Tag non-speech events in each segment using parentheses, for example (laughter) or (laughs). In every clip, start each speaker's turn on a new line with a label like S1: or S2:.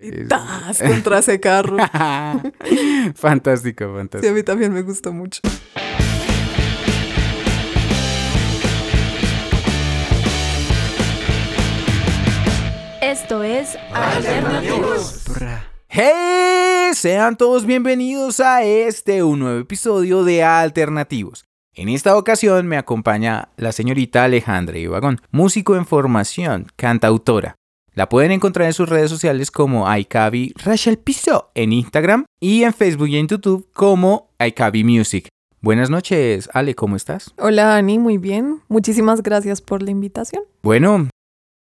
S1: Y ¡tas! contra ese
S2: (laughs)
S1: carro.
S2: fantástico,
S1: Sí, a
S2: fantástico.
S1: mí también me gusta mucho.
S3: Esto es Alternativos.
S2: Bra. ¡Hey! Sean todos bienvenidos a este un nuevo episodio de Alternativos. En esta ocasión me acompaña la señorita Alejandra Ibagón, músico en formación, cantautora. La pueden encontrar en sus redes sociales como Aikabi Rachel Piso en Instagram y en Facebook y en YouTube como Aikabi Music. Buenas noches, Ale, ¿cómo estás?
S1: Hola, Ani, muy bien. Muchísimas gracias por la invitación.
S2: Bueno,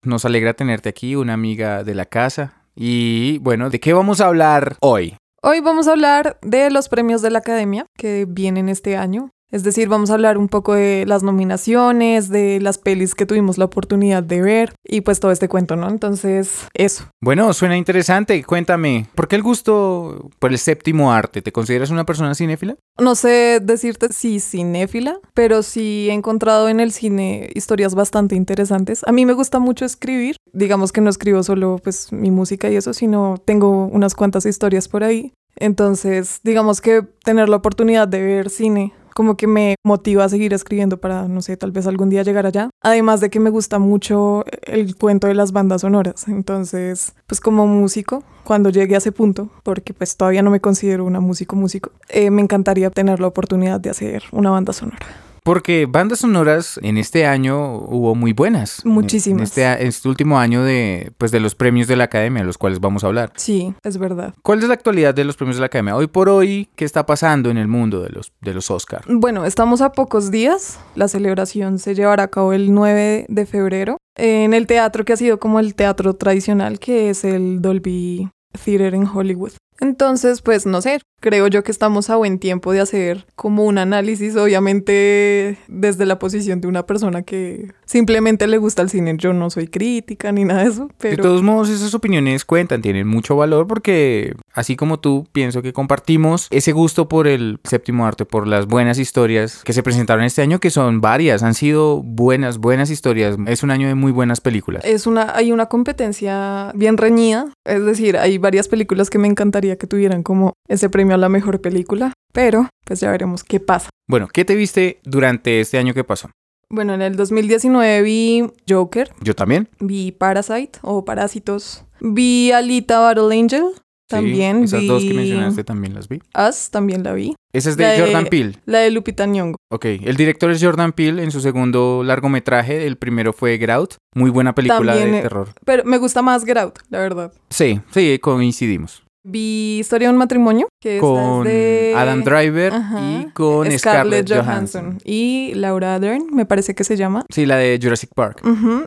S2: nos alegra tenerte aquí, una amiga de la casa. Y bueno, ¿de qué vamos a hablar hoy?
S1: Hoy vamos a hablar de los premios de la academia que vienen este año. Es decir, vamos a hablar un poco de las nominaciones, de las pelis que tuvimos la oportunidad de ver y pues todo este cuento, ¿no? Entonces, eso.
S2: Bueno, suena interesante. Cuéntame, ¿por qué el gusto por el séptimo arte? ¿Te consideras una persona cinéfila?
S1: No sé decirte si cinéfila, pero sí he encontrado en el cine historias bastante interesantes. A mí me gusta mucho escribir. Digamos que no escribo solo pues mi música y eso, sino tengo unas cuantas historias por ahí. Entonces, digamos que tener la oportunidad de ver cine como que me motiva a seguir escribiendo para, no sé, tal vez algún día llegar allá. Además de que me gusta mucho el cuento de las bandas sonoras. Entonces, pues como músico, cuando llegue a ese punto, porque pues todavía no me considero una músico músico, eh, me encantaría tener la oportunidad de hacer una banda sonora.
S2: Porque bandas sonoras en este año hubo muy buenas.
S1: Muchísimas.
S2: En este, a- en este último año de, pues, de los premios de la academia, los cuales vamos a hablar.
S1: Sí, es verdad.
S2: ¿Cuál es la actualidad de los premios de la academia? Hoy por hoy, ¿qué está pasando en el mundo de los, de los Oscar?
S1: Bueno, estamos a pocos días. La celebración se llevará a cabo el 9 de febrero en el teatro que ha sido como el teatro tradicional, que es el Dolby Theater en Hollywood. Entonces, pues no sé, creo yo que estamos a buen tiempo de hacer como un análisis, obviamente desde la posición de una persona que simplemente le gusta el cine. Yo no soy crítica ni nada de eso,
S2: De
S1: pero...
S2: todos modos, esas opiniones cuentan, tienen mucho valor porque, así como tú, pienso que compartimos ese gusto por el séptimo arte, por las buenas historias que se presentaron este año, que son varias, han sido buenas, buenas historias. Es un año de muy buenas películas.
S1: Es una, hay una competencia bien reñida, es decir, hay varias películas que me encantaría que tuvieran como ese premio a la mejor película, pero pues ya veremos qué pasa.
S2: Bueno, ¿qué te viste durante este año que pasó?
S1: Bueno, en el 2019 vi Joker,
S2: Yo también.
S1: vi Parasite o Parásitos, vi Alita Battle Angel,
S2: Sí,
S1: también
S2: esas
S1: vi
S2: dos que mencionaste también las vi.
S1: Us, también la vi,
S2: Esa es de
S1: La de-
S2: Jordan Peele.
S1: la de Lupita Nyong'o.
S2: Ok, el director es Jordan Peele en su segundo largometraje. El primero fue Get Out. Muy buena película
S1: También,
S2: de
S1: eh,
S2: terror.
S1: Pero me gusta más Get Out, la verdad.
S2: Sí, sí, coincidimos.
S1: Vi Historia de un matrimonio, que
S2: con
S1: esta es de
S2: Adam Driver
S1: Ajá.
S2: y con Scarlett, Johansson.
S1: Johansson. y Laura Dern, me parece que se llama.
S2: Sí, la de Jurassic Park.
S1: Ujú.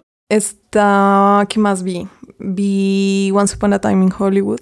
S1: Esta, ¿qué más vi? Vi Once Upon a Time in Hollywood.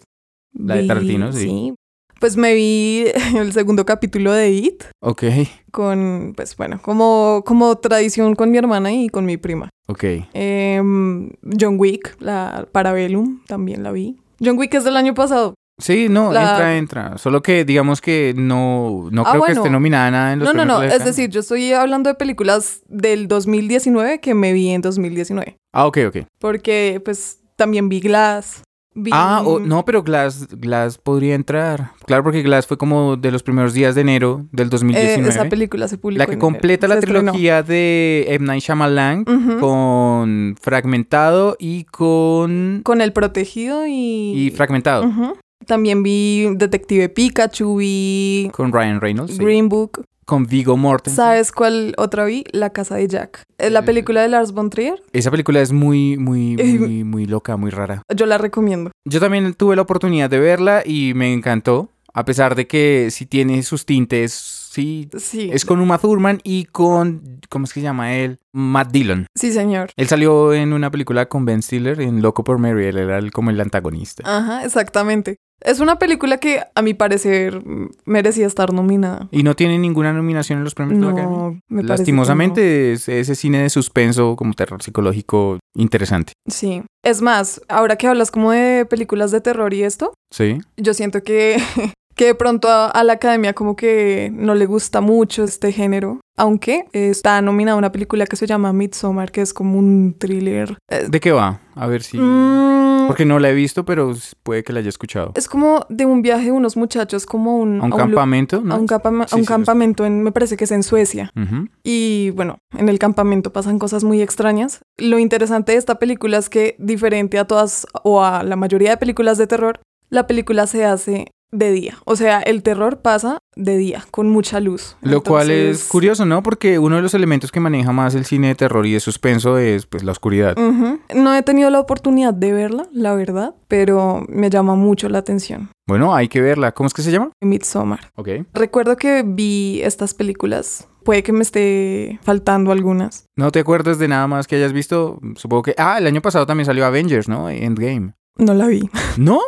S2: La de
S1: Vi-
S2: Tarantino, sí.
S1: Pues me vi (laughs) el segundo capítulo de It
S2: Ok,
S1: con, pues bueno, como, como tradición con mi hermana y con mi prima.
S2: ok.
S1: Em, John Wick, la Parabellum, también la vi. John Wick es del año pasado.
S2: Sí, no,
S1: La-
S2: entra, entra. Solo que digamos que no, no
S1: Ah,
S2: creo que
S1: bueno.
S2: esté nominada a nada en los
S1: No, no,
S2: premios
S1: no.
S2: de la
S1: Es
S2: Academia.
S1: decir, yo estoy hablando de películas del 2019 que me vi en 2019.
S2: Ah, ok, ok.
S1: Porque, pues, también vi Glass. Vi...
S2: Ah, o- no, pero Glass, Glass podría entrar. Claro, porque Glass fue como de los primeros días de enero del
S1: Eh,
S2: 2019.
S1: esa película se publicó.
S2: la que
S1: en enero.
S2: completa la
S1: Se estrenó.
S2: trilogía de M. Night Shyamalan
S1: Ujú. con...
S2: con Fragmentado y con...
S1: El Protegido y.
S2: Y Fragmentado.
S1: Ujú. También vi Detective Pikachu, vi
S2: Con Ryan Reynolds. sí.
S1: Green Book.
S2: Con Vigo Mortensen.
S1: ¿Sabes cuál otra vi? La Casa de Jack. Eh, La
S2: El-
S1: película de Lars von Trier.
S2: Esa película es muy,
S1: (laughs)
S2: muy,
S1: Eh,
S2: muy, muy loca, muy rara.
S1: Yo la recomiendo.
S2: Yo también tuve la oportunidad de verla y me encantó. A pesar de que sí tiene sus tintes, sí.
S1: Sí.
S2: Es con Uma Thurman y con. ¿Cómo es que se llama él? Matt Dillon.
S1: Sí, señor.
S2: Él salió en una película con Ben Stiller en Loco por Mary. Él era el- como el antagonista.
S1: Ajá, exactamente. Es una película que, a mi parecer, mm, merecía estar nominada.
S2: Y no tiene ninguna nominación en los premios de la Academia.
S1: No, me parece que no.
S2: Mm, Lastimosamente, es ese cine de suspenso como terror psicológico interesante.
S1: Sí. Es más, ahora que hablas como de películas de terror y esto,
S2: Sí.
S1: yo siento que, (laughs) que de pronto a, a la academia como que no le gusta mucho este género, aunque eh, está nominada una película que se llama Midsommar, que es como un thriller. eh,
S2: ¿De qué va? A ver si.
S1: mm,
S2: Porque no la he visto, pero puede que la haya escuchado.
S1: Es como de un viaje de unos muchachos como un,
S2: ¿A un
S1: a lu-
S2: campamento? ¿no?
S1: a un, capa- a
S2: Sí,
S1: un
S2: sí,
S1: campamento en, me parece que es en Suecia.
S2: Ujú.
S1: Y bueno, en el campamento pasan cosas muy extrañas. Lo interesante de esta película es que, diferente a todas o a la mayoría de películas de terror, la película se hace de día. O sea, el terror pasa de día, con mucha luz.
S2: Lo cual es
S1: Entonces-
S2: curioso, ¿no? Porque uno de los elementos que maneja más el cine de terror y de suspenso es pues la oscuridad.
S1: Ujú. No he tenido la oportunidad de verla, la verdad, pero me llama mucho la atención.
S2: Bueno, hay que verla. ¿Cómo es que se llama?
S1: Midsommar.
S2: Ok.
S1: Recuerdo que vi estas películas. Puede que me esté faltando algunas.
S2: ¿No te acuerdas de nada más que hayas visto? Supongo que... Ah, el año pasado también salió Avengers,
S1: (laughs)
S2: ¿no? Endgame.
S1: No la vi.
S2: ¿No?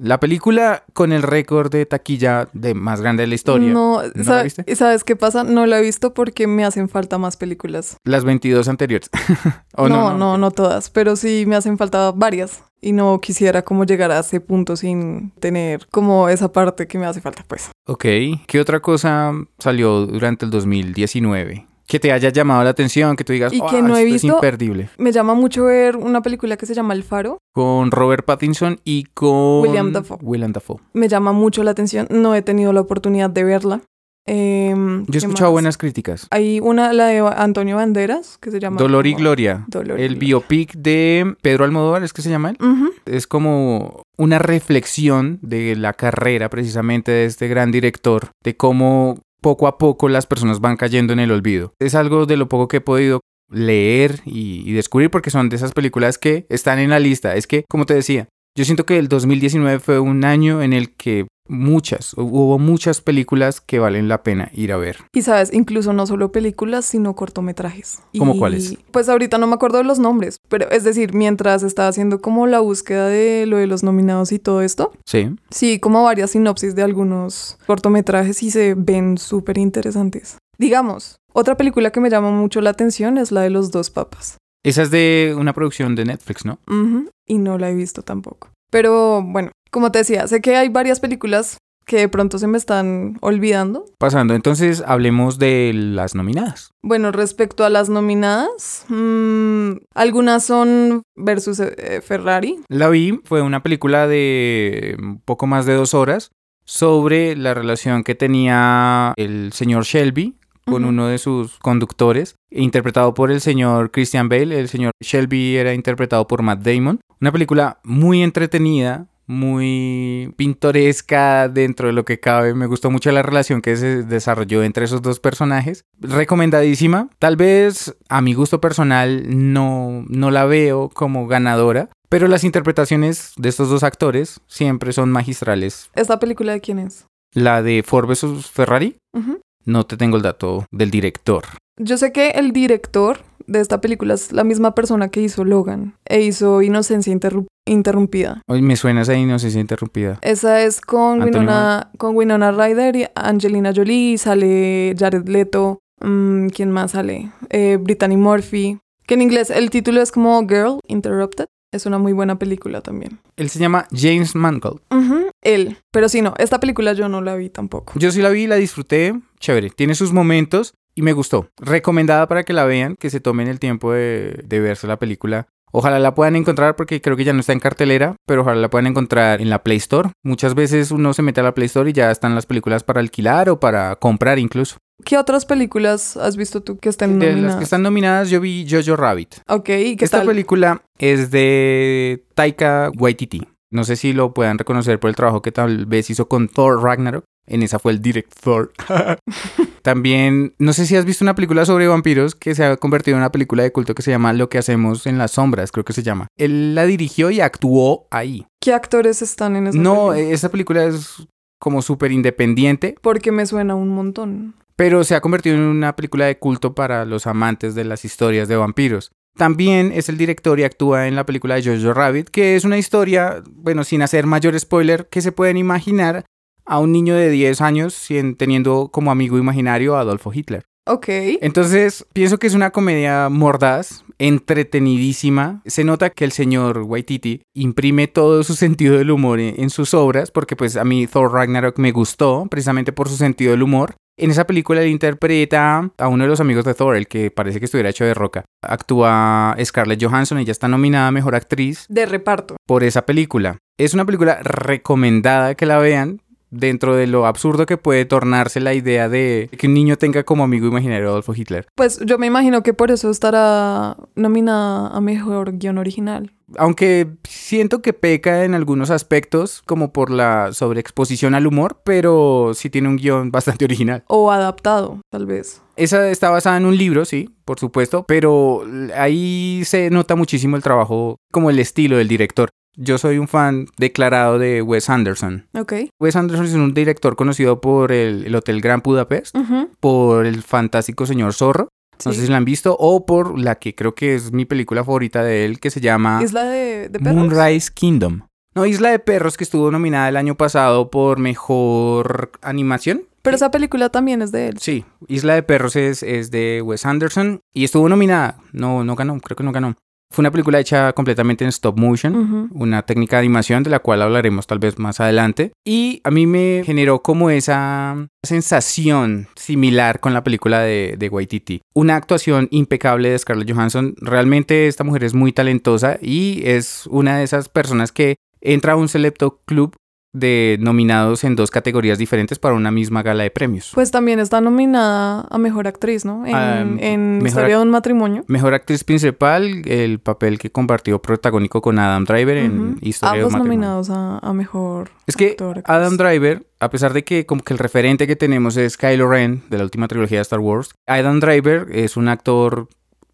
S2: La película con el récord de taquilla de más grande de la historia.
S1: No,
S2: la
S1: sa-
S2: viste?
S1: ¿sabes qué pasa? No la he visto porque me hacen falta más películas.
S2: Las 22 anteriores. (laughs) ¿O
S1: no, no, no todas, pero sí me hacen falta varias. Y no quisiera como llegar a ese punto sin tener como esa parte que me hace falta, pues.
S2: Ok. ¿Qué otra cosa salió durante el 2019? Que te haya llamado la atención, que tú digas,
S1: Y
S2: "Ah,
S1: que no he
S2: esto es
S1: visto-
S2: imperdible.
S1: Me llama mucho ver una película que se llama El Faro.
S2: Con Robert Pattinson y con...
S1: William Dafoe.
S2: William Dafoe.
S1: Me llama mucho la atención. No he tenido la oportunidad de verla. Em,
S2: Yo he
S1: ¿qué
S2: escuchado
S1: más?
S2: buenas críticas.
S1: Hay una, la de Antonio Banderas, que se llama...
S2: Dolor y
S1: como-
S2: Gloria.
S1: Dolor y
S2: El
S1: Gloria.
S2: biopic de Pedro Almodóvar, ¿es que se llama él?
S1: Ujú.
S2: Es como una reflexión de la carrera precisamente de este gran director, de cómo poco a poco las personas van cayendo en el olvido. Es algo de lo poco que he podido leer y, y descubrir porque son de esas películas que están en la lista. Es que, como te decía, yo siento que el 2019 fue un año en el que muchas, hubo muchas películas que valen la pena ir a ver.
S1: Y sabes, incluso no solo películas, sino cortometrajes.
S2: ¿Cómo
S1: Y,
S2: cuáles?
S1: Pues ahorita no me acuerdo de los nombres, pero es decir, mientras estaba haciendo como la búsqueda de lo de los nominados y todo esto,
S2: Sí.
S1: sí, como varias sinopsis de algunos cortometrajes y se ven súper interesantes. Digamos, otra película que me llama mucho la atención es la de los dos papas.
S2: Esa es de una producción de Netflix, ¿no?
S1: Ujú, y no la he visto tampoco. Pero bueno, como te decía, sé que hay varias películas que de pronto se me están olvidando,
S2: Pasando, entonces hablemos de las nominadas.
S1: Bueno, respecto a las nominadas, mm, algunas son versus eh, Ferrari.
S2: La vi, fue una película de un poco más de dos horas sobre la relación que tenía el señor Shelby con
S1: Ujú.
S2: uno de sus conductores, interpretado por el señor Christian Bale. El señor Shelby era interpretado por Matt Damon. Una película muy entretenida, muy pintoresca dentro de lo que cabe. Me gustó mucho la relación que se desarrolló entre esos dos personajes. Recomendadísima. Tal vez a mi gusto personal no, no la veo como ganadora. Pero las interpretaciones de estos dos actores siempre son magistrales.
S1: ¿Esta película de quién es?
S2: La de Ford vs. Ferrari,
S1: Ujú.
S2: no te tengo el dato del director.
S1: Yo sé que el director de esta película es la misma persona que hizo Logan e hizo Inocencia Interru- Interrumpida.
S2: Hoy me suena esa inocencia interrumpida.
S1: Esa es con
S2: Anthony
S1: Winona, con Winona Ryder y Angelina Jolie, sale Jared Leto, mm, ¿quién más sale? Eh, Brittany Murphy, que en inglés el título es como Girl Interrupted. Es una muy buena película también.
S2: Él se llama James Mangold.
S1: Ujú, él. Pero sí, no, esta película yo no la vi tampoco.
S2: Yo sí la vi, la disfruté, chévere. Tiene sus momentos y me gustó. Recomendada para que la vean, que se tomen el tiempo de, de verse la película. Ojalá la puedan encontrar porque creo que ya no está en cartelera, pero ojalá la puedan encontrar en la Play Store. Muchas veces uno se mete a la Play Store y ya están las películas para alquilar o para comprar incluso.
S1: ¿Qué otras películas has visto tú que estén
S2: De las
S1: nominadas?
S2: que están nominadas, yo vi Jojo Rabbit.
S1: Ok, ¿y qué
S2: Esta
S1: tal?
S2: película es de Taika Waititi. No sé si lo puedan reconocer por el trabajo que tal vez hizo con Thor Ragnarok. En esa fue el director. (laughs) También, no sé si has visto una película sobre vampiros que se ha convertido en una película de culto que se llama Lo que hacemos en las sombras, creo que se llama. Él la dirigió y actuó ahí.
S1: ¿Qué actores están en esa
S2: No, eh,
S1: película?
S2: esa película es como súper independiente,
S1: Porque me suena un montón.
S2: pero se ha convertido en una película de culto para los amantes de las historias de vampiros. También es el director y actúa en la película de Jojo Rabbit, que es una historia, bueno, sin hacer mayor spoiler, que se pueden imaginar a un niño de 10 años sin- teniendo como amigo imaginario a Adolfo Hitler.
S1: Ok.
S2: Eh, Entonces, pienso que es una comedia mordaz, entretenidísima. Se nota que el señor Waititi imprime todo su sentido del humor en en sus obras, porque pues a mí Thor Ragnarok me gustó precisamente por su sentido del humor. En esa película él interpreta a uno de los amigos de Thor, el que parece que estuviera hecho de roca. Actúa Scarlett Johansson, ella está nominada a Mejor Actriz
S1: De reparto.
S2: por esa película. Es una película recomendada que la vean dentro de lo absurdo que puede tornarse la idea de que un niño tenga como amigo imaginario a Adolfo Hitler.
S1: Pues yo me imagino que por eso estará nominada a mejor guión original.
S2: aunque siento que peca en algunos aspectos, como por la sobreexposición al humor, pero sí tiene un guión (laughs) bastante original.
S1: O adaptado, tal vez.
S2: Esa está basada en un libro, sí, por supuesto, pero ahí se nota muchísimo el trabajo, como el estilo del director. Yo soy un fan declarado de Wes Anderson.
S1: Ok.
S2: Wes Anderson es un director conocido por el, el Hotel Gran Budapest,
S1: Ujú,
S2: por el fantástico señor Zorro, no
S1: sí.
S2: sé si la han visto, o por la que creo que es mi película favorita de él, que se llama...
S1: ¿Isla de, de perros?
S2: Moonrise Kingdom. No, Isla de Perros que estuvo nominada el año pasado por mejor animación.
S1: Pero esa película también es de él.
S2: Sí, Isla de Perros es, es de Wes Anderson y estuvo nominada. No, no ganó, creo que no ganó. Fue una película hecha completamente en stop motion,
S1: Ujú.
S2: una técnica de animación de la cual hablaremos tal vez más adelante. Y a mí me generó como esa sensación similar con la película de, de Waititi. Una actuación impecable de Scarlett Johansson. Realmente esta mujer es muy talentosa y es una de esas personas que entra a un selecto club de nominados en dos categorías diferentes para una misma gala de premios.
S1: Pues también está nominada a mejor actriz, ¿no? En,
S2: Ah,
S1: en
S2: mejor
S1: Historia de un matrimonio.
S2: Mejor actriz principal, el papel que compartió protagónico con Adam Driver en
S1: Ujú.
S2: Historia de un
S1: Ambos
S2: matrimonio.
S1: nominados a, a mejor.
S2: Es que
S1: actor, actriz.
S2: Adam Driver, a pesar de que como que el referente que tenemos es Kylo Ren de la última trilogía de Star Wars, Adam Driver es un actor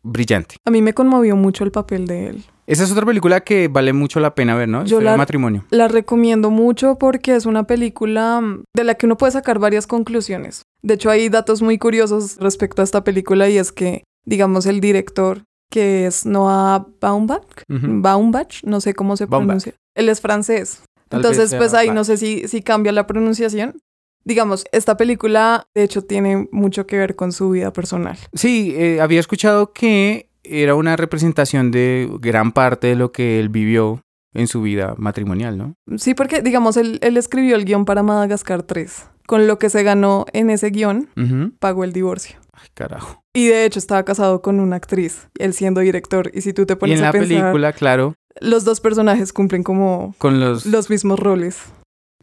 S2: brillante.
S1: A mí me conmovió mucho el papel de él.
S2: Esa es otra película que vale mucho la pena ver, ¿no?
S1: Yo
S2: Historia de
S1: la-
S2: matrimonio.
S1: La recomiendo mucho porque es una película mm, de la que uno puede sacar varias conclusiones. De hecho, hay datos muy curiosos respecto a esta película y es que, digamos, el director, que es Noah Baumbach,
S2: Ujú.
S1: Baumbach, no sé cómo se
S2: Baumbach.
S1: pronuncia. Él es francés.
S2: Tal vez
S1: Entonces,
S2: sea
S1: pues ahí
S2: Bach.
S1: no sé si, si cambia la pronunciación. Digamos, esta película, de hecho, tiene mucho que ver con su vida personal.
S2: Sí, eh, había escuchado que era una representación de gran parte de lo que él vivió en su vida matrimonial, ¿no?
S1: Sí, porque, digamos, él, él escribió el guión para Madagascar 3. Con lo que se ganó en ese guión,
S2: Ujú.
S1: pagó el divorcio.
S2: Ay, carajo.
S1: Y de hecho estaba casado con una actriz, él siendo director. Y si tú te
S2: Y
S1: pones
S2: en la
S1: a pensar,
S2: película, claro,
S1: los dos personajes cumplen como
S2: con los...
S1: los mismos roles.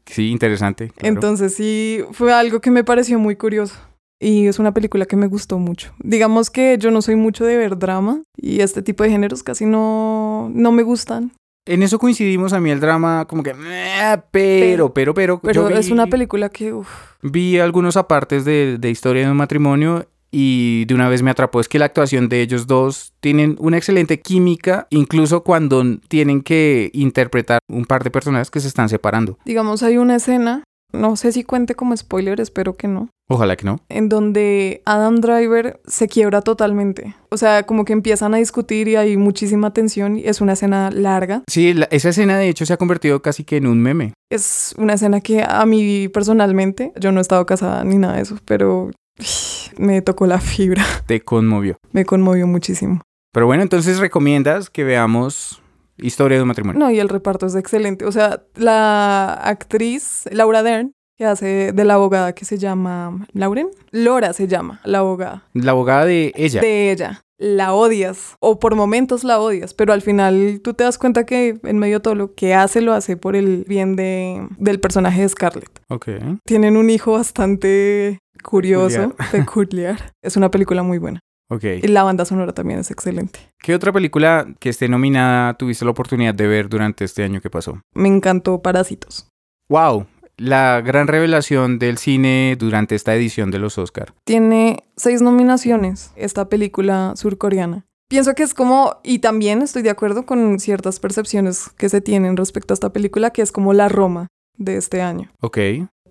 S2: Sí, interesante. claro.
S1: Entonces sí, fue algo que me pareció muy curioso. Y es una película que me gustó mucho. Digamos que yo no soy mucho de ver drama y este tipo de géneros casi no, no me gustan.
S2: En eso coincidimos, a mí el drama como que... "Meh", Pero, pero, pero...
S1: Pero
S2: yo
S1: es
S2: vi-
S1: una película que, uf,
S2: Vi algunos apartes de, de Historia de un matrimonio y de una vez me atrapó. Es que la actuación de ellos dos tienen una excelente química, incluso cuando tienen que interpretar un par de personas que se están separando.
S1: digamos, hay una escena, no sé si cuente como spoiler, espero que no.
S2: Ojalá que no.
S1: en donde Adam Driver se quiebra totalmente. O sea, como que empiezan a discutir y hay muchísima tensión. y Es una escena larga.
S2: Sí, la- esa escena de hecho se ha convertido casi que en un meme.
S1: Es una escena que a mí personalmente, yo no he estado casada ni nada de eso, pero (sighs) me tocó la fibra, (laughs)
S2: Te conmovió.
S1: me conmovió muchísimo.
S2: Pero bueno, entonces recomiendas que veamos Historia de un matrimonio.
S1: No, y el reparto es excelente. O sea, la actriz Laura Dern, que hace de la abogada que se llama Lauren, Laura se llama, la abogada.
S2: La abogada de ella.
S1: de ella. La odias, o por momentos la odias, pero al final tú te das cuenta que en medio de todo lo que hace, lo hace por el bien de, del personaje de Scarlett.
S2: Ok.
S1: Tienen un hijo bastante curioso,
S2: Peculiar.
S1: (laughs) peculiar. Es una película muy buena.
S2: Ok.
S1: Y la banda sonora también es excelente.
S2: ¿Qué otra película que esté nominada tuviste la oportunidad de ver durante este año que pasó?
S1: Me encantó Parásitos.
S2: Wow, la gran revelación del cine durante esta edición de los Oscar.
S1: Tiene seis nominaciones esta película surcoreana. Pienso que es como, y también estoy de acuerdo con ciertas percepciones que se tienen respecto a esta película, que es como la Roma de este año.
S2: Ok.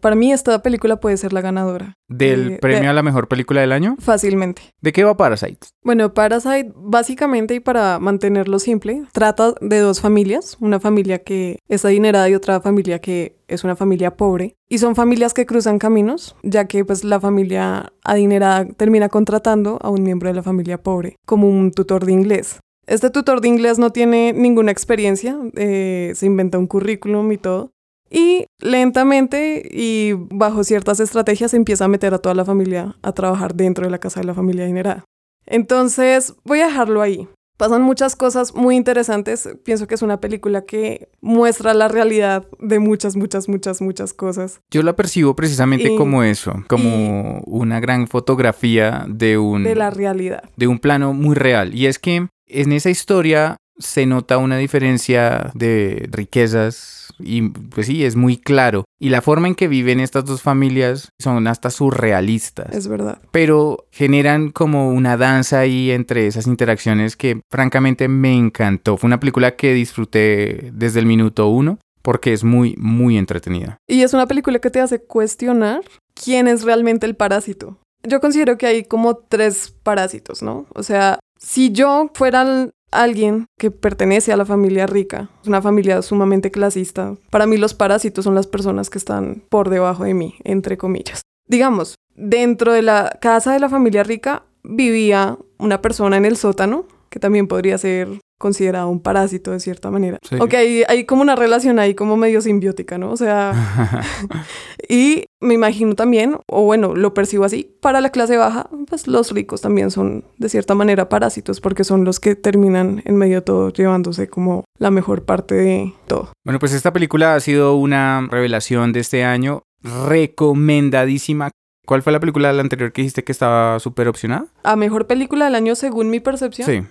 S1: Para mí esta película puede ser la ganadora
S2: Del
S1: Eh,
S2: premio
S1: de-
S2: a la mejor película del año.
S1: fácilmente.
S2: ¿De qué va Parasite?
S1: Bueno, Parasite básicamente y para mantenerlo simple, trata de dos familias, una familia que es adinerada y otra familia que es una familia pobre y son familias que cruzan caminos, ya que pues la familia adinerada termina contratando a un miembro de la familia pobre como un tutor de inglés. Este tutor de inglés no tiene ninguna experiencia, eh, se inventa un currículum y todo, Y lentamente y bajo ciertas estrategias empieza a meter a toda la familia a trabajar dentro de la casa de la familia adinerada. Entonces voy a dejarlo ahí. Pasan muchas cosas muy interesantes. Pienso que es una película que muestra la realidad de muchas, muchas, muchas, muchas cosas.
S2: Yo la percibo precisamente
S1: Y-
S2: como eso, como una gran fotografía de un,
S1: De la realidad.
S2: de un plano muy real. Y es que en esa historia se nota una diferencia de riquezas y pues sí, es muy claro. Y la forma en que viven estas dos familias son hasta surrealistas.
S1: Es verdad.
S2: pero generan como una danza ahí entre esas interacciones que francamente me encantó. Fue una película que disfruté desde el minuto uno porque es muy, muy entretenida. (laughs)
S1: Y es una película que te hace cuestionar quién es realmente el parásito. Yo considero que hay como tres parásitos, ¿no? O sea, si yo fuera al- alguien que pertenece a la familia rica, una familia sumamente clasista, para mí los parásitos son las personas que están por debajo de mí, entre comillas. Digamos, dentro de la casa de la familia rica vivía una persona en el sótano, que también podría ser considerado un parásito de cierta manera.
S2: Sí.
S1: Aunque hay, hay como una relación ahí como medio simbiótica, ¿no? O sea... Y me imagino también, o bueno, lo percibo así, para la clase baja, pues los ricos también son de cierta manera parásitos porque son los que terminan en medio de todo llevándose como la mejor parte de todo.
S2: Bueno, pues esta película ha sido una revelación de este año, recomendadísima. ¿Cuál fue la película la anterior que dijiste que estaba súper opcionada?
S1: A mejor película del año según mi percepción.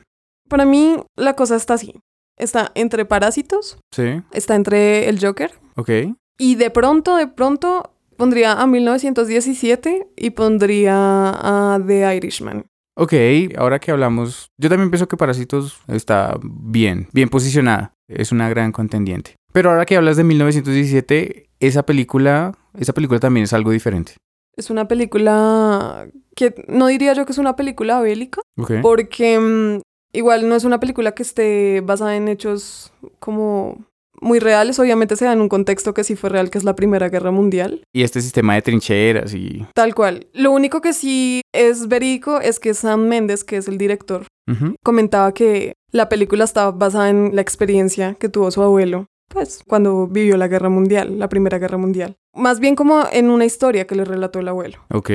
S1: Para mí la cosa está así. Está entre parásitos,
S2: sí,
S1: está entre el Joker
S2: ok.
S1: y de pronto, de pronto pondría a 1917 y pondría a The Irishman.
S2: Ok, ahora que hablamos, yo también pienso que Parásitos está bien, bien posicionada. Es una gran contendiente. Pero ahora que hablas de 1917, esa película, esa película también es algo diferente.
S1: Es una película que no diría yo que es una película bélica.
S2: Ok.
S1: Porque mm, igual no es una película que esté basada en hechos como muy reales. Obviamente se da en un contexto que sí fue real, que es la Primera Guerra Mundial.
S2: Y este sistema de trincheras y...
S1: Tal cual. Lo único que sí es verídico es que Sam Méndez, que es el director,
S2: Ujú.
S1: comentaba que la película estaba basada en la experiencia que tuvo su abuelo, pues cuando vivió la Guerra Mundial, la Primera Guerra Mundial. Más bien como en una historia que le relató el abuelo.
S2: Ok.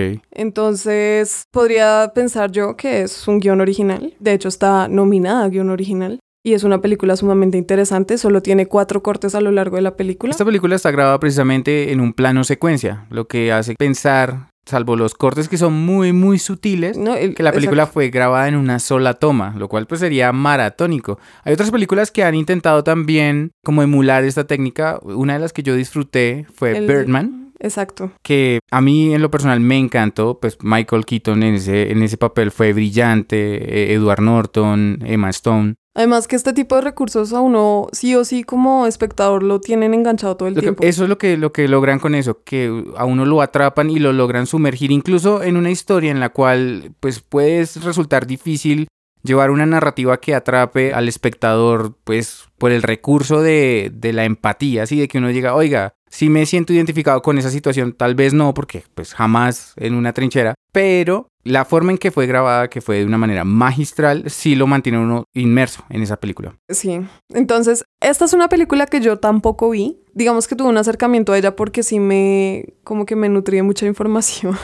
S1: Entonces, podría pensar yo que es un guión original. De hecho, está nominada a guión original. Y es una película sumamente interesante. Solo tiene cuatro cortes a lo largo de la película.
S2: Esta película está grabada precisamente en un plano secuencia, lo que hace pensar, salvo los cortes que son muy, muy sutiles,
S1: No, el-
S2: que la película
S1: exacto.
S2: fue grabada en una sola toma, lo cual pues sería maratónico. Hay otras películas que han intentado también como emular esta técnica. Una de las que yo disfruté fue
S1: El-
S2: Birdman,
S1: Exacto.
S2: que a mí en lo personal me encantó. Pues Michael Keaton en ese, en ese papel fue brillante, eh, Edward Norton, Emma Stone.
S1: Además que este tipo de recursos a uno sí o sí como espectador lo tienen enganchado todo el
S2: Lo que-
S1: tiempo.
S2: eso es lo que, lo que logran con eso, que a uno lo atrapan y lo logran sumergir incluso en una historia en la cual pues puede resultar difícil llevar una narrativa que atrape al espectador pues por el recurso de, de la empatía, así de que uno llega, oiga, si me siento identificado con esa situación, tal vez no, porque pues jamás en una trinchera, pero la forma en que fue grabada, que fue de una manera magistral, sí lo mantiene uno inmerso en esa película.
S1: Sí. Entonces, esta es una película que yo tampoco vi. Digamos que tuve un acercamiento a ella porque sí me... como que me nutrí de mucha (laughs) información.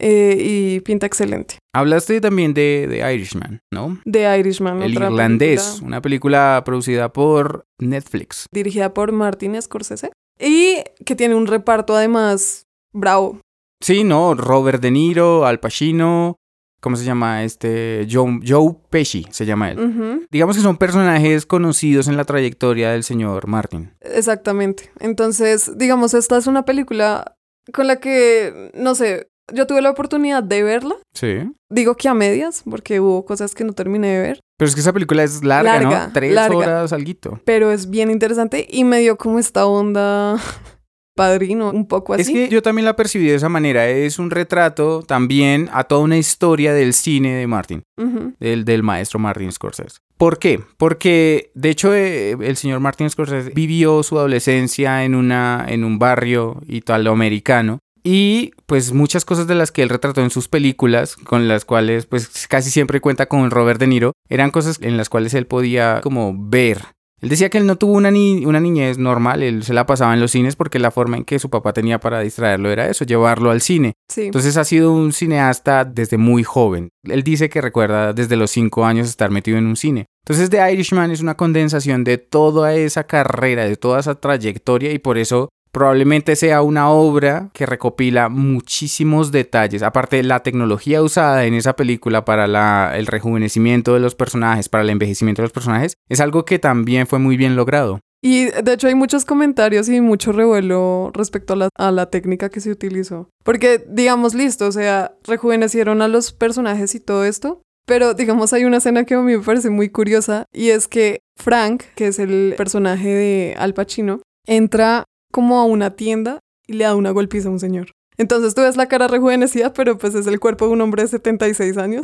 S1: Eh, y pinta excelente.
S2: Hablaste también de, de Irishman, ¿no?
S1: The Irishman.
S2: El
S1: otra
S2: Irlandés,
S1: película.
S2: una película producida por Netflix.
S1: dirigida por Martin Scorsese y que tiene un reparto además bravo.
S2: Sí, no, Robert De Niro, Al Pacino, ¿cómo se llama este? Joe, Joe Pesci se llama él.
S1: Ujú,
S2: Digamos que son personajes conocidos en la trayectoria del señor Martin.
S1: Exactamente. Entonces, digamos, esta es una película con la que, no sé, yo tuve la oportunidad de verla.
S2: Sí.
S1: Digo que a medias, porque hubo cosas que no terminé de ver,
S2: Pero es que esa película es larga,
S1: Larga,
S2: ¿no? Tres
S1: larga.
S2: horas, alguito.
S1: pero es bien interesante y me dio como esta onda (laughs) padrino, un poco así.
S2: Es que yo también la percibí de esa manera. Es un retrato también a toda una historia del cine de Martin.
S1: Ujú,
S2: del, del maestro Martin Scorsese. ¿Por qué? Porque, de hecho, eh, el señor Martin Scorsese vivió su adolescencia en, una, en un barrio italoamericano. Y pues muchas cosas de las que él retrató en sus películas, con las cuales pues casi siempre cuenta con Robert De Niro, eran cosas en las cuales él podía como ver Él decía que él no tuvo una, ni una niñez normal, él se la pasaba en los cines porque la forma en que su papá tenía para distraerlo era eso, llevarlo al cine.
S1: Sí.
S2: Entonces ha sido un cineasta desde muy joven. Él dice que recuerda desde los cinco años estar metido en un cine. Entonces The Irishman es una condensación de toda esa carrera, de toda esa trayectoria y por eso probablemente sea una obra que recopila muchísimos detalles. Aparte, la tecnología usada en esa película para la, el rejuvenecimiento de los personajes, para el envejecimiento de los personajes, es algo que también fue muy bien logrado.
S1: Y de hecho hay muchos comentarios y mucho revuelo respecto a la, a la, técnica que se utilizó. Porque, digamos, listo, o sea, rejuvenecieron a los personajes y todo esto. Pero, digamos, hay una escena que a mí me parece muy curiosa y es que Frank, que es el personaje de Al Pacino, entra como a una tienda y le da una golpiza a un señor. Entonces tú ves la cara rejuvenecida, pero pues es el cuerpo de un hombre de 76 años.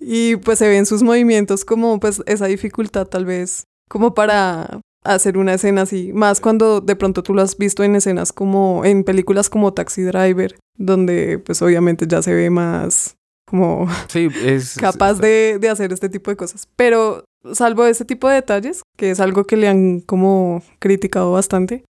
S1: y pues se ven sus movimientos como pues esa dificultad tal vez como para hacer una escena así, más cuando de pronto tú lo has visto en escenas como en películas como Taxi Driver, donde pues obviamente ya se ve más como (laughs)
S2: sí, es,
S1: capaz de, de hacer este tipo de cosas. Pero salvo ese tipo de detalles, que es algo que le han como criticado bastante,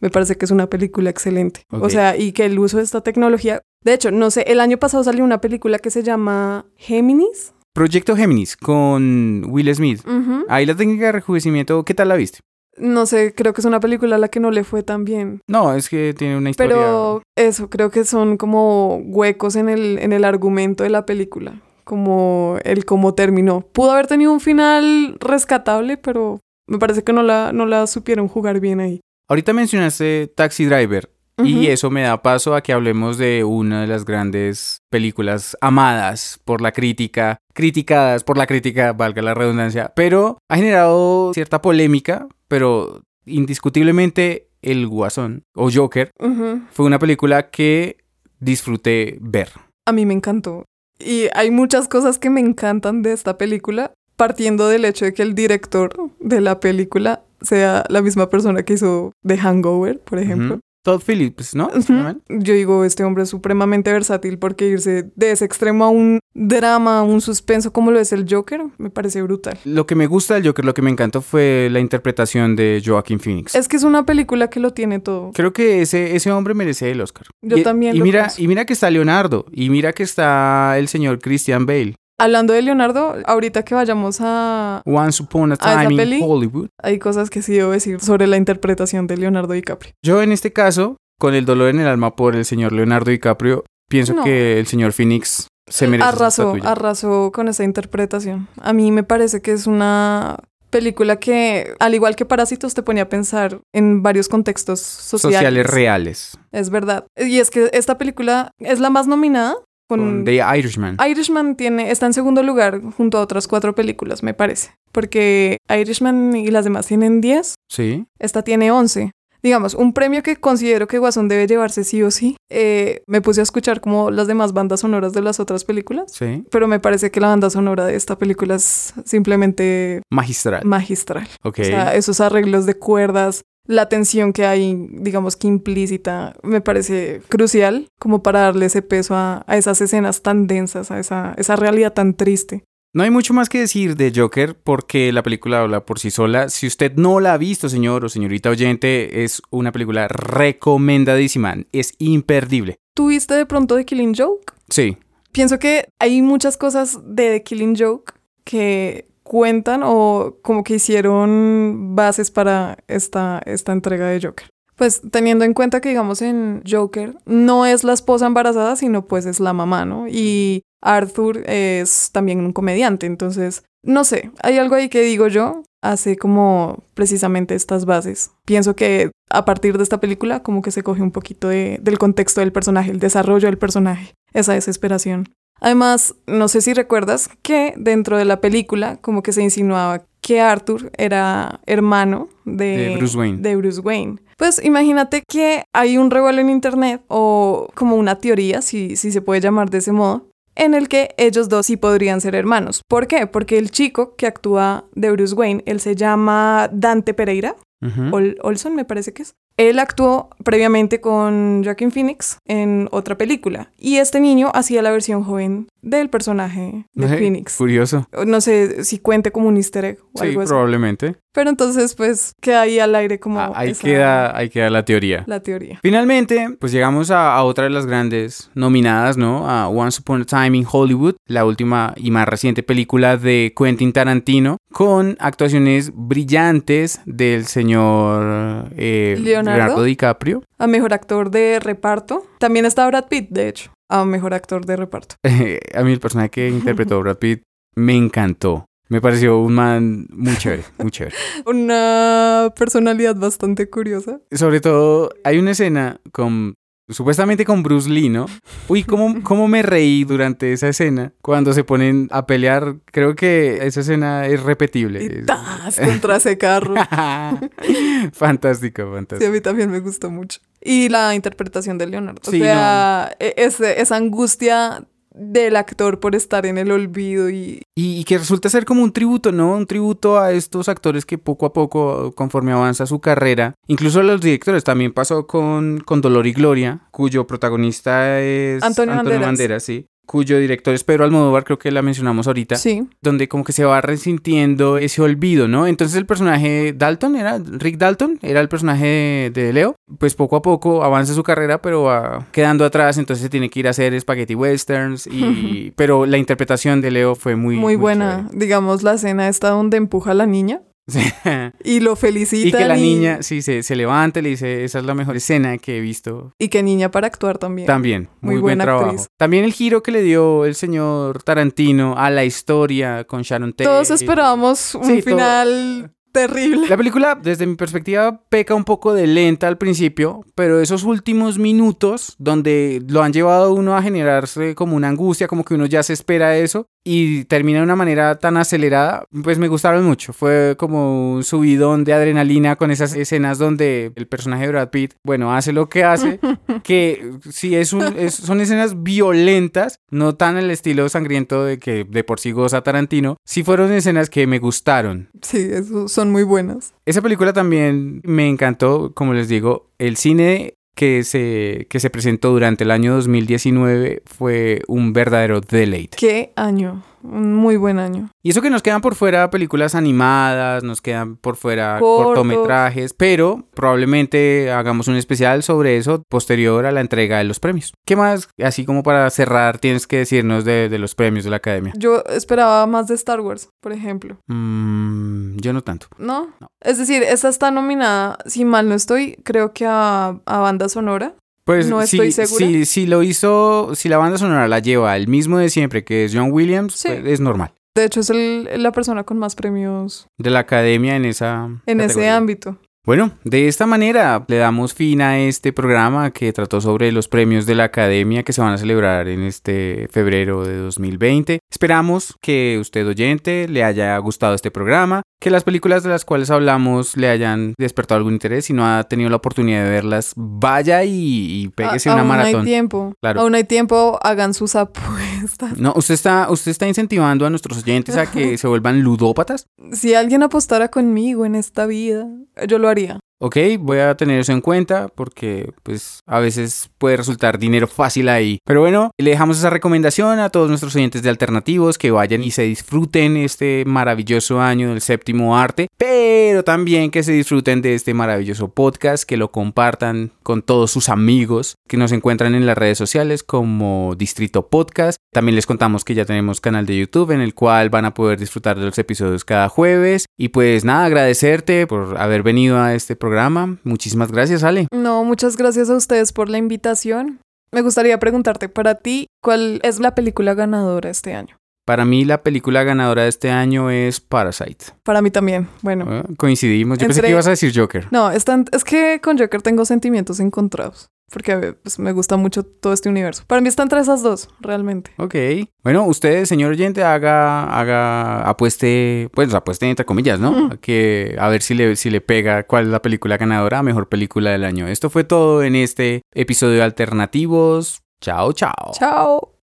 S1: me parece que es una película excelente.
S2: Ok.
S1: O sea, y que el uso de esta tecnología. De hecho, no sé, el año pasado salió una película que se llama Géminis.
S2: Proyecto Géminis con Will Smith. Ahí la técnica de rejuvenecimiento, ¿qué tal la viste?
S1: No sé, creo que es una película a la que no le fue tan bien.
S2: No, es que tiene una historia.
S1: Pero eso, creo que son como huecos en el, en el argumento de la película. Como el cómo terminó. Pudo haber tenido un final rescatable, pero me parece que no la, no la supieron jugar bien ahí.
S2: Ahorita mencionaste Taxi Driver. Y
S1: Ujú.
S2: eso me da paso a que hablemos de una de las grandes películas amadas por la crítica, criticadas por la crítica, valga la redundancia, pero ha generado cierta polémica, pero indiscutiblemente El Guasón o Joker
S1: Ujú.
S2: fue una película que disfruté ver.
S1: A mí me encantó. Y hay muchas cosas que me encantan de esta película, partiendo del hecho de que el director de la película sea la misma persona que hizo The Hangover, por ejemplo.
S2: Ujú. Todd Phillips, ¿no?
S1: Ujú. Yo digo, este hombre es supremamente versátil porque irse de ese extremo a un drama, a un suspenso como lo es el Joker, me parece brutal.
S2: Lo que me gusta del Joker, lo que me encantó fue la interpretación de Joaquin Phoenix.
S1: Es que es una película que lo tiene todo.
S2: Creo que ese, ese hombre merece el Oscar.
S1: Yo
S2: y,
S1: también
S2: Y
S1: lo
S2: mira,
S1: pienso.
S2: y mira que está Leonardo. Y mira que está el señor Christian Bale.
S1: Hablando de Leonardo, ahorita que vayamos a...
S2: Once Upon a
S1: Ah, esa
S2: Time in
S1: peli.
S2: Hollywood.
S1: Hay cosas que sí debo decir sobre la interpretación de Leonardo DiCaprio.
S2: Yo en este caso, con el dolor en el alma por el señor Leonardo DiCaprio, pienso
S1: No.
S2: que el señor Phoenix se merece esa
S1: arrasó,
S2: estatuilla.
S1: arrasó con esa interpretación. A mí me parece que es una película que, al igual que Parásitos, te ponía a pensar en varios contextos sociales.
S2: Sociales reales.
S1: Es verdad. Y es que esta película es la más nominada con...
S2: Con The Irishman.
S1: Irishman tiene, está en segundo lugar junto a otras cuatro películas, me parece. Porque Irishman y las demás tienen 10,
S2: Sí.
S1: esta tiene 11. Digamos, un premio que considero que Guasón debe llevarse sí o sí. Eh, me puse a escuchar como las demás bandas sonoras de las otras películas
S2: Sí.
S1: pero me parece que la banda sonora de esta película es simplemente
S2: Magistral.
S1: magistral.
S2: ok.
S1: O sea, esos arreglos de cuerdas, la tensión que hay, digamos que implícita, me parece crucial como para darle ese peso a, a esas escenas tan densas, a esa, esa realidad tan triste.
S2: No hay mucho más que decir de Joker porque la película habla por sí sola. Si usted no la ha visto, señor o señorita oyente, es una película recomendadísima. Es imperdible.
S1: ¿Tuviste de pronto The Killing Joke?
S2: Sí.
S1: Pienso que hay muchas cosas de The Killing Joke que cuentan o como que hicieron bases para esta, esta entrega de Joker. Pues teniendo en cuenta que, digamos, en Joker no es la esposa embarazada, sino pues es la mamá, ¿no? Y Arthur es también un comediante, entonces, no sé, hay algo ahí que digo yo, hace como precisamente estas bases. Pienso que a partir de esta película como que se coge un poquito de- del contexto del personaje, el desarrollo del personaje, esa desesperación. Además, no sé si recuerdas que dentro de la película como que se insinuaba que Arthur era hermano de,
S2: De Bruce Wayne.
S1: de Bruce Wayne. Pues imagínate que hay un revuelo en internet o como una teoría, si, si se puede llamar de ese modo, en el que ellos dos sí podrían ser hermanos. ¿Por qué? Porque el chico que actúa de Bruce Wayne, él se llama Dante Pereira,
S2: Ujú.
S1: Ol- Olson me parece que es. Él actuó previamente con Joaquin Phoenix en otra película y este niño hacía la versión joven del personaje de
S2: Ey,
S1: Phoenix.
S2: Curioso.
S1: No sé si cuente como un easter egg o
S2: Sí,
S1: algo así.
S2: probablemente.
S1: Pero entonces, pues, queda ahí al aire como
S2: Ah, ahí,
S1: esa-
S2: queda, ahí queda la teoría.
S1: la teoría.
S2: Finalmente, pues llegamos a, a otra de las grandes nominadas, ¿no? A Once Upon a Time in Hollywood, la última y más reciente película de Quentin Tarantino, con actuaciones brillantes del señor eh,
S1: Leonardo.
S2: DiCaprio. (laughs)
S1: A mejor actor de reparto. También está Brad Pitt, de hecho. A mejor actor de reparto.
S2: a mí el personaje que interpretó Brad Pitt me encantó. Me pareció un man muy chévere, muy chévere.
S1: Una personalidad bastante curiosa.
S2: Sobre todo, hay una escena con. Supuestamente con Bruce Lee, ¿no?
S1: (laughs)
S2: Uy, ¿cómo, cómo me reí durante esa escena cuando se ponen a pelear. Creo que esa escena es repetible.
S1: Y
S2: Es-
S1: tas contra ese carro.
S2: (laughs) fantástico,
S1: Sí, a
S2: fantástico.
S1: mí también me gustó mucho. Y la interpretación de Leonardo.
S2: Sí,
S1: o sea, e- ese- esa angustia del actor por estar en el olvido y
S2: Y, y que resulta ser como un tributo, ¿no? Un tributo a estos actores que poco a poco, conforme avanza su carrera, incluso a los directores, también pasó con, con Dolor y Gloria, cuyo protagonista es
S1: Antonio Banderas.
S2: sí. Cuyo director es Pedro Almodóvar, creo que la mencionamos ahorita.
S1: sí,
S2: donde como que se va resintiendo ese olvido, ¿no? Entonces el personaje Dalton era Rick Dalton, era el personaje de, de Leo, pues poco a poco avanza su carrera, pero va quedando atrás, entonces se tiene que ir a hacer spaghetti westerns
S1: (laughs)
S2: y pero la interpretación de Leo fue muy
S1: muy, buena. Digamos, la escena está donde empuja a la niña
S2: chévere.
S1: y lo
S2: (laughs) y
S1: felicita.
S2: que la niña sí se, se levanta y le dice, "Esa es la mejor escena que he visto."
S1: Y que niña para actuar también.
S2: También, muy,
S1: Eh, Muy
S2: buen
S1: buena
S2: trabajo.
S1: actriz.
S2: También el giro que le dio el señor Tarantino a la historia con Sharon Tate.
S1: Todos esperábamos un
S2: Sí, todo-
S1: final terrible.
S2: La película, desde mi perspectiva, peca un poco de lenta al principio, pero esos últimos minutos donde lo han llevado a uno a generarse como una angustia, como que uno ya se espera eso y termina de una manera tan acelerada, pues me gustaron mucho. Fue como un subidón de adrenalina con esas escenas donde el personaje de Brad Pitt, bueno, hace lo que hace, que sí es un- es- son escenas violentas, no tan el estilo sangriento de que de por sí goza Tarantino, sí fueron escenas que me gustaron.
S1: Sí, eso- son muy buenas.
S2: Esa película también me encantó, como les digo, el cine que se, que se presentó durante el año 2019 fue un verdadero deleite.
S1: Qué año, un muy buen año.
S2: Y eso que nos quedan por fuera películas animadas, nos quedan por fuera
S1: Cortos.
S2: cortometrajes, pero probablemente hagamos un especial sobre eso posterior a la entrega de los premios. ¿Qué más, así como para cerrar, tienes que decirnos de, de los premios de la academia?
S1: Yo esperaba más de Star Wars, por ejemplo.
S2: Mm, yo no tanto.
S1: ¿No?
S2: No.
S1: Es decir, esta está nominada, si mal no estoy, creo que a, a banda sonora.
S2: Pues
S1: No
S2: si,
S1: estoy segura.
S2: si- si lo hizo, si la banda sonora la lleva el mismo de siempre, que es John Williams,
S1: Sí.
S2: pues, es normal.
S1: De hecho, es el- la persona con más premios
S2: De la academia en esa.
S1: en ese
S2: categoría.
S1: ámbito.
S2: Bueno, de esta manera le damos fin a este programa que trató sobre los premios de la academia que se van a celebrar en este febrero de 2020. Esperamos que usted oyente le haya gustado este programa, que las películas de las cuales hablamos le hayan despertado algún interés. Si no ha tenido la oportunidad de verlas, vaya y, y péguese
S1: A-
S2: una
S1: aún
S2: maratón.
S1: hay tiempo.
S2: Claro.
S1: Aún hay tiempo, hagan sus apuestas. (laughs)
S2: No, usted está, usted está incentivando a nuestros oyentes a que se vuelvan ludópatas.
S1: Si alguien apostara conmigo en esta vida, yo lo haría.
S2: Ok, voy a tener eso en cuenta porque pues a veces puede resultar dinero fácil ahí. Pero bueno, le dejamos esa recomendación a todos nuestros oyentes de alternativos que vayan y se disfruten este maravilloso año del séptimo arte, pero también que se disfruten de este maravilloso podcast, que lo compartan con todos sus amigos que nos encuentran en las redes sociales como Distrito Podcast. También les contamos que ya tenemos canal de YouTube en el cual van a poder disfrutar de los episodios cada jueves. Y pues nada, agradecerte por haber venido a este programa. Muchísimas gracias, Ale.
S1: No, muchas gracias a ustedes por la invitación. Me gustaría preguntarte para ti, ¿cuál es la película ganadora este año?
S2: Para mí la película ganadora de este año es Parasite.
S1: Para mí también. Bueno,
S2: Ah, Coincidimos. Yo pensé
S1: Entre-
S2: que ibas a decir Joker.
S1: no, están- es que con Joker tengo sentimientos encontrados, porque pues, me gusta mucho todo este universo. Para mí están entre esas dos, realmente.
S2: Ok. Bueno, usted, señor oyente, haga, haga, apueste, pues apueste entre comillas, ¿no? A Que a ver si le, si le pega cuál es la película ganadora, mejor película del año. Esto fue todo en este episodio de Alternativos. Chao, chao.
S1: Chao.